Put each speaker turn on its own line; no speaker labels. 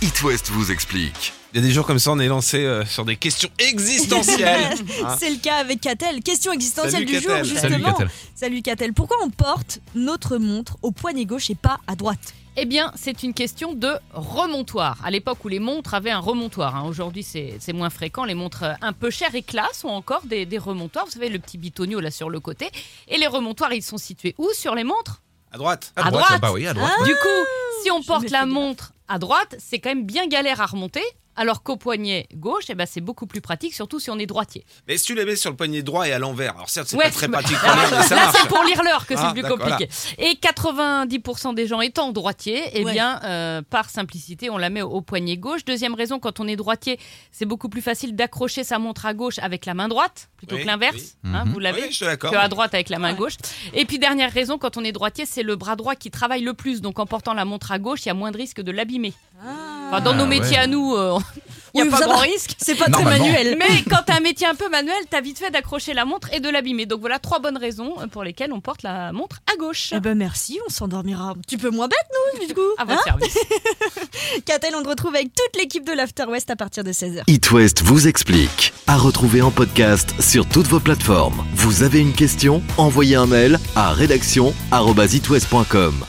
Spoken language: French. It West vous explique.
Il y a des jours comme ça, on est lancé euh, sur des questions existentielles. hein.
C'est le cas avec Catel. Question existentielle
Salut,
du
Catel.
jour,
Salut
justement.
Catel.
Salut Catel. Pourquoi on porte notre montre au poignet gauche et pas à droite
Eh bien, c'est une question de remontoir. À l'époque où les montres avaient un remontoir, hein, aujourd'hui c'est c'est moins fréquent, les montres euh, un peu chères et classe ont encore des, des remontoirs. Vous savez, le petit bitonio là sur le côté. Et les remontoirs, ils sont situés où sur les montres
À droite.
À droite.
Bah oui, à droite.
Du coup, si on
je
porte
m'étais
la
dit.
montre à droite, c'est quand même bien galère à remonter. Alors qu'au poignet gauche, eh ben, c'est beaucoup plus pratique, surtout si on est droitier.
Mais si tu les mets sur le poignet droit et à l'envers, alors certes, c'est
Ouais,
pas très
mais-
pratique quand même, mais Ah, ça
Ah, Là,
marche.
c'est pour lire l'heure que c'est
Ah,
le plus
d'accord,
compliqué. Et 90% des gens étant droitiers, eh
Ouais.
bien, euh, par simplicité, on la met au, au poignet gauche. Deuxième raison, quand on est droitier, c'est beaucoup plus facile d'accrocher sa montre à gauche avec la main droite plutôt
Oui,
que l'inverse. hein,
Mhm.
Vous l'avez
Oui, je suis d'accord.
que à droite avec la main
Ouais.
gauche. Et puis dernière raison, quand on est droitier, c'est le bras droit qui travaille le plus. Donc en portant la montre à gauche, il y a moins de risque de l'abîmer. Enfin, dans
Ah
nos
ouais.
métiers à nous, euh, il
Oui,
n'y a pas
ça
grand
va.
risque.
C'est pas très
Normalement.
manuel.
Mais quand t'as un métier un peu manuel, t'as vite fait d'accrocher la montre et de l'abîmer. Donc voilà trois bonnes raisons pour lesquelles on porte la montre à gauche.
Eh ben hein, merci, on s'endormira un petit peu moins bête, nous, du coup. Hein
À votre service.
Catel, on te retrouve avec toute l'équipe de l'After West à partir de 16h.
It West vous explique. À retrouver en podcast sur toutes vos plateformes. Vous avez une question Envoyez un mail à rédaction@itwest.com.